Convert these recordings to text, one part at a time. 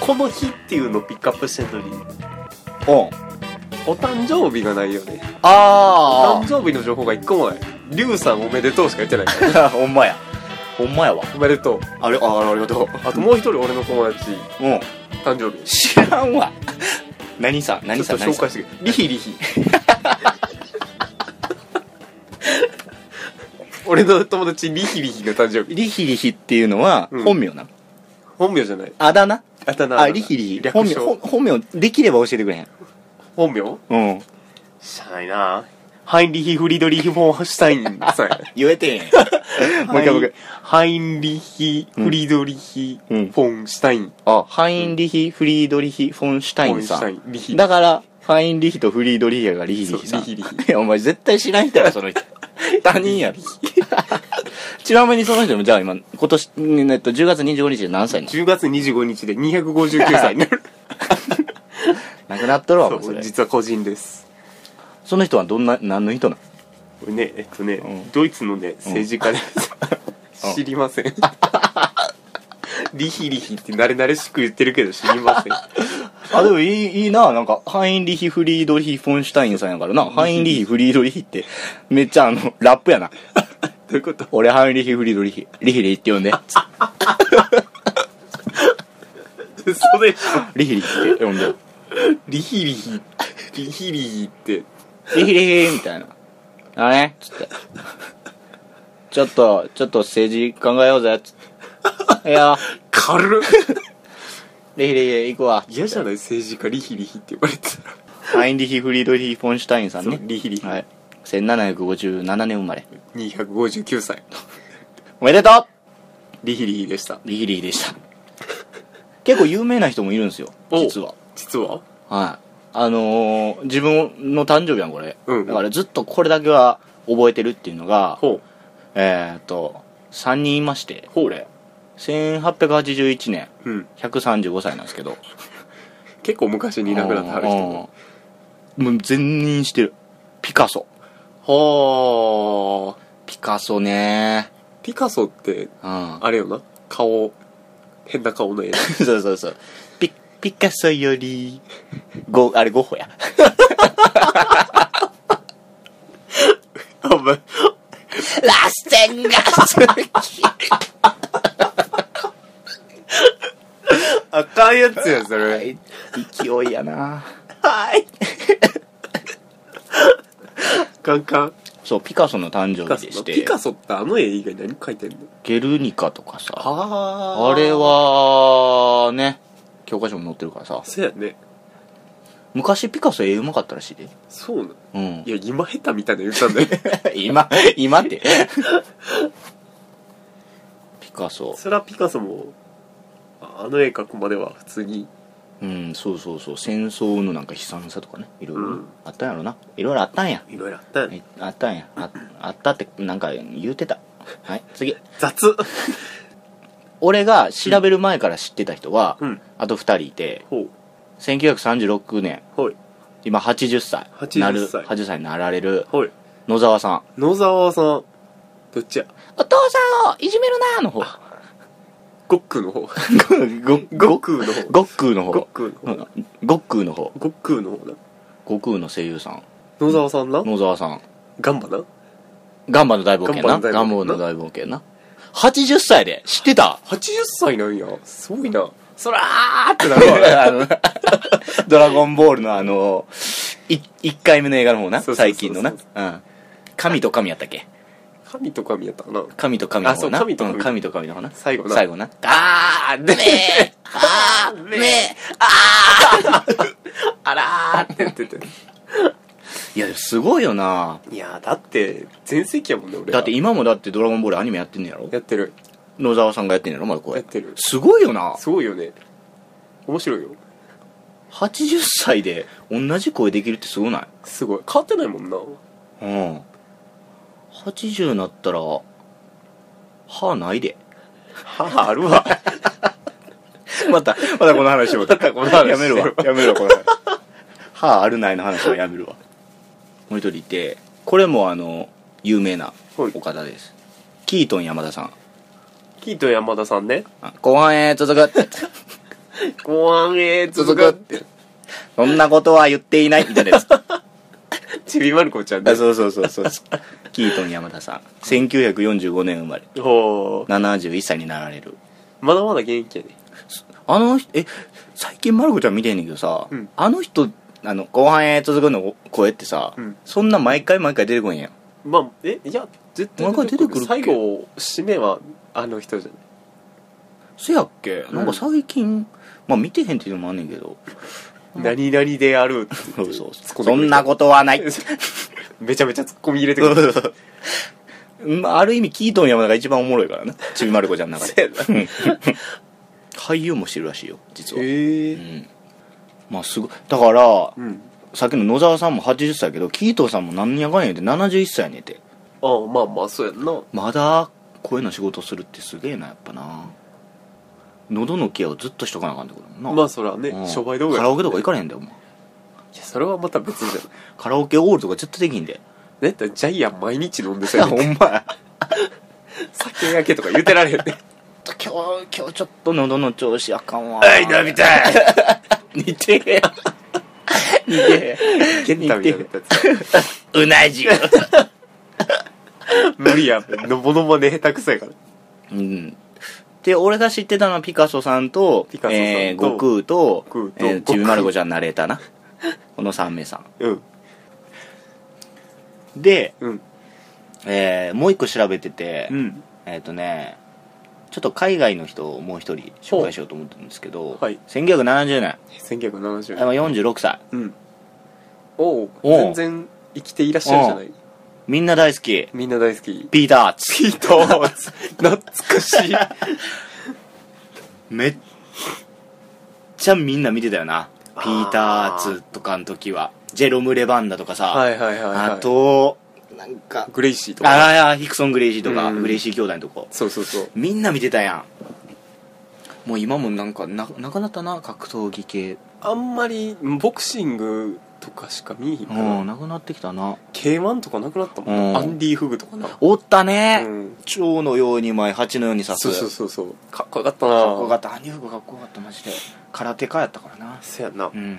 この日っていうのをピックアップしてるのにうんお誕生日がないよねあ誕生日の情報が一個もないリュウさんおめでとうしか言ってないからあ ほんまやほんまやわおめでとうあれあありがとあともう一人俺の友達ううん誕生日知らんわ何さんちょ何っさとん何紹さん介してくれリヒリヒ俺の友達リヒリヒが誕生日リヒリヒっていうのはうん本名なの本名じゃないあだ名あだ名あリヒリヒ略本名称ほ本名できれば教えてくれへん本名うんしゃないなハインリヒ・フリドリヒ・フォンシュタインさんや言えて へんもう一回もう一回ハインリヒ・フリドリヒ・フうんォンシュタインあハインリヒ・フリードリヒ・フォンシュタインさフォンシュタインリヒんだからハインリヒとフリードリヒやがリヒリヒさんそうリヒリ いやお前絶対知らん人やその人 他人やろちなみにその人もじゃあ今今年、ねえっと、10月25日で何歳なの10月25日で259歳になる亡くなっとるわそもうそうれ実は個人ですその人はどんな何の人なのこれねえっとね、うんドイツのね政治家です、 うん知りません リヒリヒって慣れ慣れしく言ってるけど知りませんあでもいいいいななんかハインリヒ・フリードリヒ・フォンシュタインさんやからなハインリヒ・フリードリヒってめっちゃあのラップや などういうこと俺ハインリヒ・フリードリヒリヒリって呼んでつって嘘でしょリヒリって呼んでリヒリヒリヒリヒってリヒリヒみたいな。あれつって。ちょっと、ちょっと政治考えようぜ。つって。いや、軽っリヒリヒ行くわ。嫌じゃない政治家リヒリヒって言われてたらハインリヒ・フリードリヒ・フォンシュタインさんそうね。リヒリヒ、はい。1757年生まれ。 259歳おめでとリヒリヒでしたうリヒリヒでした。結構有名な人もいるんですよ。お実は。実ははい。あのー、自分の誕生日やん、これ。うんだからずっとこれだけは覚えてるっていうのが、ほえーっと、3人いまして、ほうれ1881年。う、うん、 135歳なんですけど結構昔にいなくなったある人もうんもう全任してるピカソはあピカソねピカソって うんあれよな顔変な顔の絵そうそうそうピピカソよりゴあれゴッ ホやあんまラステンガスあかんやつやそ勢いやなはいカンカンそうピカソの誕ピ生カソ日でのしてピカソってあの絵以外何描いてんのゲルニカとかさああれはね教科書も載ってるからさそうやね昔ピカソ絵うまかったらしいでそうなのうんいや今下手みたいな言った んだよ 今今ってピカソそりゃピカソもああの絵描くまでは普通にうんそうそうそう戦争のなんか悲惨さとかねいろいろうんあったんやろないろいろあったんやいろいろあったよねえあったんやああったってなんか言うてたはい次雑俺が調べる前から知ってた人は、うんあと2人いてほう1936年ほい今80歳80なる歳80歳になられるほい野沢さん野沢さんどっちやお父さんをいじめるなーの方悟空の方ごご悟空の方ごっくーの方悟空の方うんごっくーの方悟空の方な悟空の声優さん野沢さんな野沢さんガンバなガンバの大冒険ガなガンンババのの大冒険な80歳で知ってた80歳なんやすごいなそらーってなるわ あ のドラゴンボールのあの1回目の映画の方なそうそうそう最近のな、うん、神と神やったっけ 神と神やったかな神と神のあそ方うな神とう神ん神と神の方な最後な最後なあーでねえあーでねえあーあらって言っててーいやでもすごいよないやだって全盛期やもんね俺らだって今もだってドラゴンボールアニメやってんねやろやってる野沢さんがやってんねやろまだこやっれてるすごいよなすごいよね面白いよ80歳で同じ声できるってすごないすごい変わってないもんなうん80になったら歯ないで母あるわ またまたこの話をまたこの話しようやめるわやめるわ この話歯あるないの話はやめるわもう一人いてこれもあの有名なはいお方ですキートン山田さんキートン山田さんねあ後半へ続く ごはんえ続くって。そんなことは言っていないみたいなやつちびまる子ちゃんあね。 そうそうそうそう キートン山田さん1945年生まれほう。 71歳になられるまだまだ元気やね。あの人え最近まる子ちゃん見てんねんけどさ、うんあの人あの後半へ続くの声ってさ、うんそんな毎回毎回出てこいんやんまあ、え、いや、絶対なんか出てくるっけ最後、締めは、あの人じゃない。せやっけんなんか最近、まあ見てへんっていうのもあんねん けど何々であるって そうそ突うっ込んでくるそんなことはないめちゃめちゃツッコミ入れてくる。 まあ、ある意味キートン山田が一番おもろいからなちびまる子ちゃん の中で俳優もしてるらしいよ実は、へうえ。ん、まあすごいだから、うん。さっきの野沢さんも80歳やけどキートンさんも何やかんやで71歳やねんてああ、まあまあ、そうやんな。まだ声の仕事するってすげえなやっぱな喉のケアをずっとしとかなあかんってことだもんなまあ、それはねうん、商売道具カラオケとか行いかれへんだよお前や、それはまた別じゃない。カラオケオールとか絶対できんでねだってジャイアン毎日飲んでいさや、ほんまや酒焼けとか言うてられへん ね。今日今日ちょっと喉の調子あかんわはい、飲みたい 似てへん似てケンタみたいなやつやへんう なじ無理やん。のものまね下手くそやから。うんで俺が知ってたのはピカソさんとピカソさんとえー悟空と悟空とえーちびまる子ちゃんナレーターなこの3名さうん。んで、うん。えーもう一個調べてて、ん。えっ、とねちょっと海外の人をもう一人紹介しようと思ってるんですけど、はい1970年1970あ年。 46歳うん。おうお全う然生きていらっしゃるじゃない。みんな大好きみんな大好き。ピーターツピートー ズ懐かしい。 めっちゃみんな見てたよなピーターツとかの時はジェロム・レバンダとかさ、はいはいはい、はい。あ、となんかグレイシーとか。ああヒクソン・グレイシーとか、うんグレイシー兄弟のとこそうそうそう。みんな見てたやんもう今もなんかななくなったな格闘技系あんまり、ボクシングとかしか見えへんかうんら。なくなってきたな K1 とかなくなったもうんんな。アンディ・フグとかな。おったうねん。蝶、のように前蜂のように刺そすうそうそうそう。かっこよかったな。かっこよかった兄夫がかっこよかったマジで空手家やったからなせやなう。ん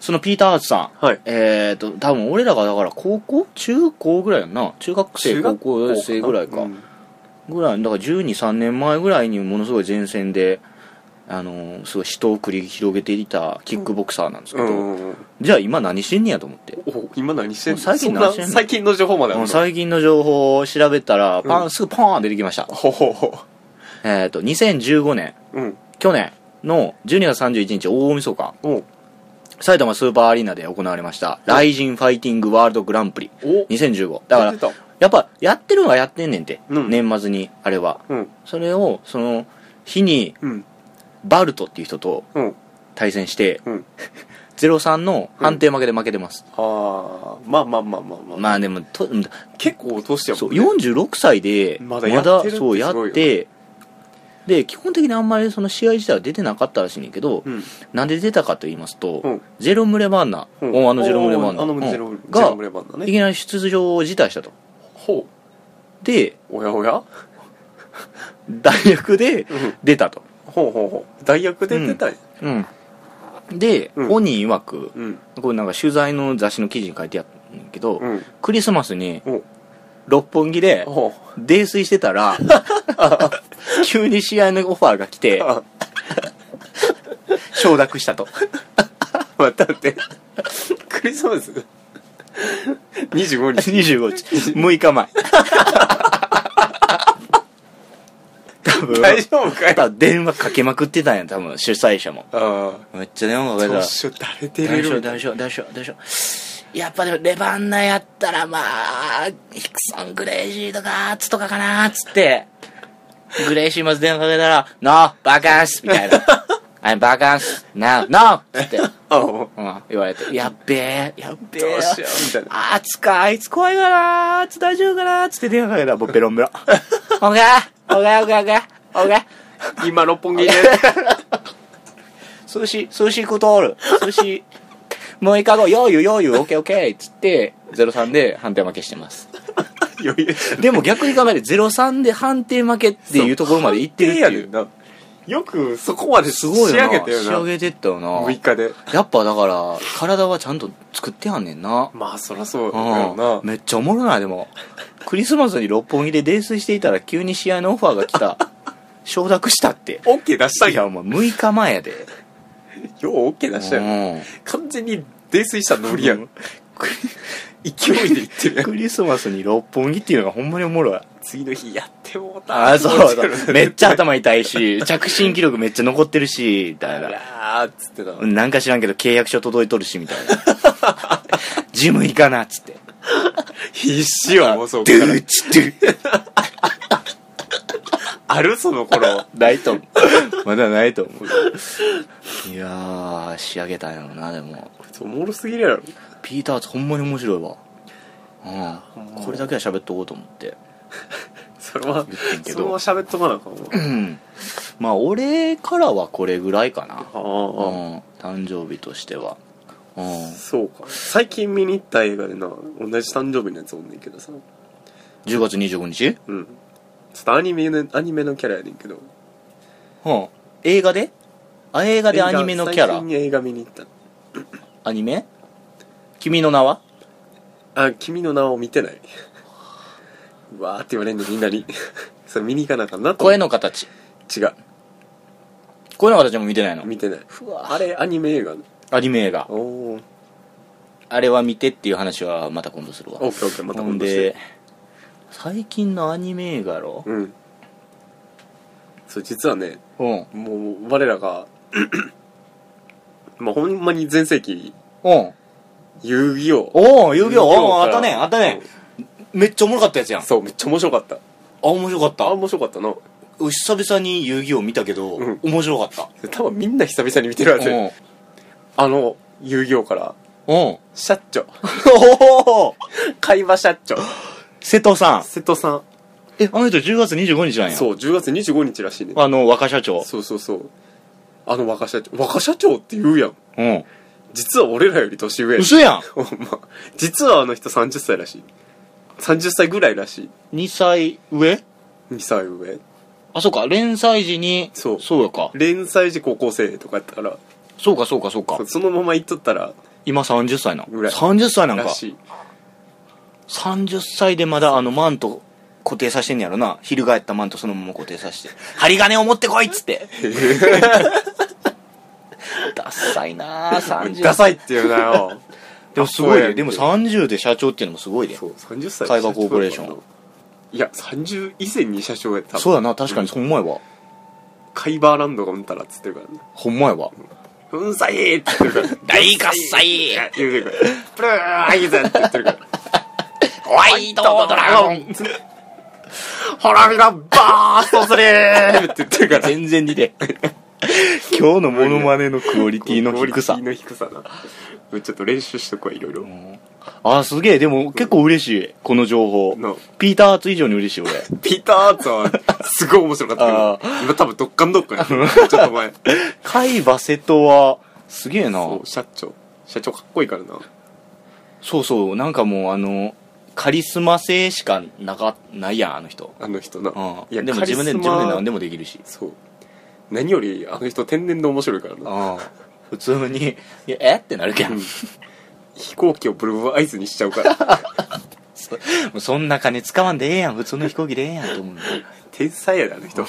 そのピーター・アーツさんはい。えー、と多分俺らがだから高校中高ぐらいやんな中学生中高学校生ぐらいか、うんぐらいだから123年前ぐらいにものすごい前線であのーすごい死闘を繰り広げていたキックボクサーなんですけうど、んうんうん。じゃあ今何してんねやと思ってお今何してんのもう最近何してんのそな最近の情報まであるの最近の情報を調べたらパン、うんすぐパーン出てきましたほほほ えっ、と2015年うん去年の12月31日大晦日お埼玉スーパーアリーナで行われました「ライジンファイティングワールドグランプリお2015」だからやってたやっぱやってるのはやってんねんて、うん年末にあれはうんそれをその日にうんバルトっていう人とうん対戦して、うん 03の判定負けで負けてます、ああまあまあまあまあまあ、まあでもと結構落としてやそも、うんね、 46歳でまだやってるってすそごういよやなってで基本的にあんまりその試合自体は出てなかったらしいねんけど、うんなんで出たかと言いますと、うんジェロム・レバンナ、うんおあのジェロム・レバンナおーあうんのジェロムジェロムがレバンだいねきなり出場を辞退したとほでうおやおや大学でうん出たと、ほうほうほう大学で出たいうんで、うん本人曰くうんこれなんか取材の雑誌の記事に書いてあったんやけど、うんクリスマスにお六本木でほ泥酔して たら急に試合のオファーが来う てあ承諾した と待って待ってクリスマス25日25日6日前多分大丈夫か多いあ分電話かけまくってたんや多分主催者もあめっちゃ電話かけたどらうしよう誰れて大れ丈夫る 大丈夫大丈夫大丈夫やっぱでもレバンナやったらまあヒクソングレイシーとかアーツとかかなっつってグレイシーまず電話かけたら「ノーバカンス」みたいな「あバカンス」「ノーノー」っつって、あどうん、言われて「 やっべえやっべえうしようみたいなあーつかあいつ怖いかなあいつ大丈夫かなっつって電話かけたらも うベロンベロン「おがおがおがおがおが今六本木 で寿司、寿司食うとおる。寿司。6日後、よーゆよーゆ、オッケーオッケーっつって、03で判定負けしてます。余裕でも逆に考えて、03で判定負けっていうところまで行ってるってやいね。うんなよくそこまです仕ごいよな上げたよ仕な上げてったよな6日でやっぱだから体はちゃんと作ってはんねんなまあそらそうだよう、なんめっちゃおもろないで もクリスマスに六本木で泥酔していたら急に試合のオファーが来た承諾したってオッケー出したんいややお前6日前やでようオッケー出したようん完全に泥酔したノリやうんん勢いでいってるやん クリスマスに六本木っていうのがほんまにおもろい次の日やってもうたああそうそう めっちゃ頭頭痛いし着信記録めっちゃ残ってるしみたいなあーっつってたのなんか知らんけど契約書届いとるしみたいな ジム行かなっつって必死はもうそドうからゥーチドゥー あるその 頃ないと思うまだないと思ういやー仕上げたんやろなでもおもろすぎるやろピーターズほんまに面白いわうん、これだけは喋っとこうと思ってそれは言ってんけどそのまま喋っとかなあかんわうんまあ俺からはこれぐらいかな、あうーん、誕生日としてはうんそうか最近見に行った映画でな同じ誕生日のやつおんねんけどさ10月25日、うんちょっとアニメのアニメのキャラやねんけどうん、映画であ映画でアニメのキャ映画ラ最近映画見に行ったのアニメ君の名はあ君の名を見てないうわーって言われんのみんなに それ見に行かなあかんなと思声うの形違う声の形も見てないの見てないうわあれアニメ映画アニメ映画おおーあれは見てっていう話はまた今度するわオッケーオッケーまたほん今度してで最近のアニメ映画やろうんそう実はねうんうんもう我らがまあほんまに全盛期お遊戯王おう遊戯王おうあかっらたねあったねめっちゃおもろかったやつやんあそうめっちゃ面白かった面白かっあた面白かったな久々に遊戯王見たけど、うん面白かった多分みんな久々に見てるはずうんあの遊戯王からお社長お 会話社長瀬戸さん瀬戸さんえあの人10月25日なんやそう10月25日らしいねあの若社長そうそうそうあの若社長若社長って言うやんうん実は俺らより年上や嘘やん ほんま実はあの人30歳らしい30歳ぐらいらしい2歳上2歳上あそうか連載時にそうそうやか連載時高校生とかやったからそうかそうかそうかそのまま行っとったら今30歳なんぐらい30歳なんらかしい30歳でまだあのマント固定させてんねやろな翻ったマントそのまま固定させて針金を持ってこいっつってダッサいなあ30ダサいって言うなよでもすごかっこえいえやねんでも30で社長っていうのもすごいねそう30歳海馬コーポレーションいや30以前に社長やったそうやな確かにほんまやわカイバーランドがうんたらっつってるからねほんまやわうんさいーって言ってるから 大喝采言うてるからプルーアイザーって言ってる からホワイトドラゴンンほらみがバーストするーって言ってる から 全然似て今日のモノマネのクオリティの低さクオリティの低さなちょっと練習しとくわいろいろあーすげえでも結構嬉しいこの情報のピーター・アーツ以上に嬉しい俺ピーター・アーツはすごい面白かったけど今多分どっかんどっかやちょっと前海馬瀬戸はすげえなそう社長社長かっこいいからなそうそうなんかもうあのカリスマ性しかなかないやんあの人あの人なうんいやでも自分でカリ自スマ分で何でもできるしそう何よりあの人天然で面白いからなあ普通に「いやえっ?」てなるけど、うんも飛行機をブルーアイズにしちゃうから うそんな金使わんでええやん普通の飛行機でええやんと思うんだよ天才やであの人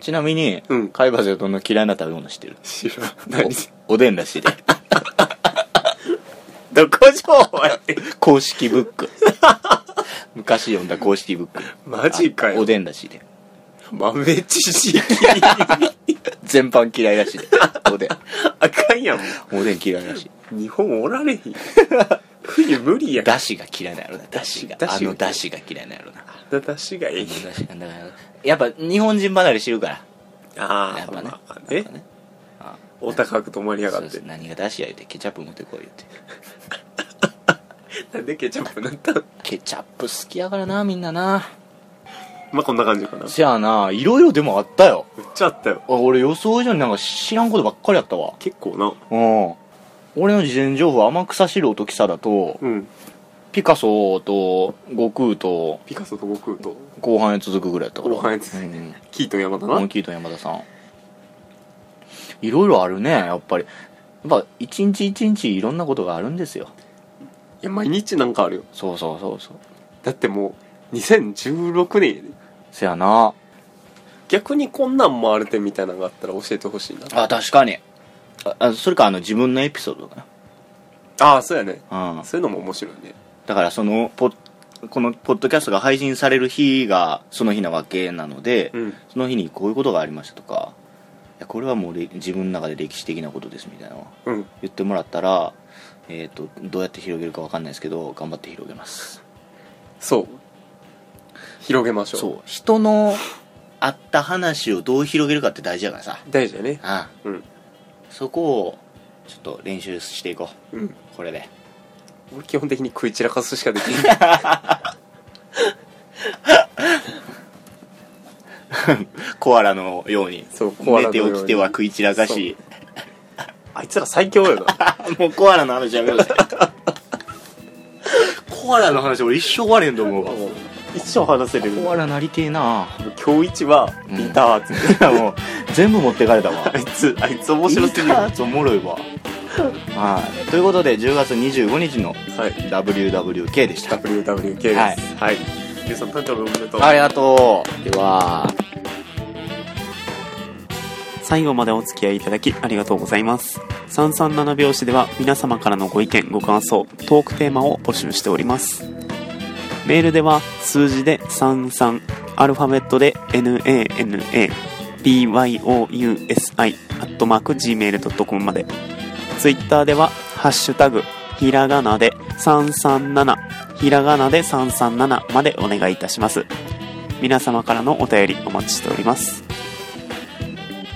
ちなみに、うん海馬瀬戸の嫌いな食べ物知ってる知らん何おでんらし いでどこ情報やって公式ブック昔読んだ公式ブックマジかよおでんらしいで豆知識全般嫌いらしい でおでんあかんやんおでん嫌いらしい日本おられへん冬無理やんだしが嫌いなんやろなだしがだしがあのだしが嫌いなんやろなあ私がいいのだしがだからやっぱ日本人離れしてるからあやっぱねまあねやっぱねあお高く止まりやがってそうそう何がだしや言うてケチャップ持ってこい言うてなんでケチャップなったのケチャップ好きやからなみんななまあこんな感じかなめっせやないろいろでもあったよちゃあったよあ俺予想以上になんか知らんことばっかりやったわ結構なうん俺の事前情報は天草四郎とキサだとうんピカソと悟空とピカソと悟空と後半へ続くぐらいやったから後半へ続くうんキートン山田モなンキーと山田さんいろいろあるねやっぱりやっぱ一日一日いろんなことがあるんですよいや毎日なんかあるよそうそうそうそうだってもう2016年やでせやな逆にこんなんもあるてみたいなのがあったら教えてほしいなあ確かにああそれかあの自分のエピソードだああそうやねなうんそういうのも面白いねだからそのポッこのポッドキャストが配信される日がその日なわけなので、うんその日にこういうことがありましたとかいやこれはもうれ自分の中で歴史的なことですみたいなのをうん言ってもらったら、えー、とどうやって広げるか分かんないですけど頑張って広げますそう広げましょうそう人のあった話をどう広げるかって大事やからさ大事やねああうんそこをちょっと練習していこうんうこれで俺基本的に食い散らかすしかでき ないコアラのようにそうコアラのように寝て起きては食い散らかしあいつら最強よなもうコアラの話やめようぜ コアラの話俺一生終われへんと思うわ 一生話せるコアラなりてえな今日一はビターっつって、 もう全部持ってかれたわあいつあいつ 面白すぎるはおもろいわはいということで10月25日のい WWK でした WWK ですはいはいゆうさん誕生日おめでとうありがとうでは最後までお付き合いいただきありがとうございます337拍子では皆様からのご意見ご感想トークテーマを募集しておりますメールでは数字で33アルファベットで nanabyousi アットマーク gmail.com までツイッターでは「ハッシュタグひらがなで337ひらがなで337までお願いいたします皆様からのお便りお待ちしております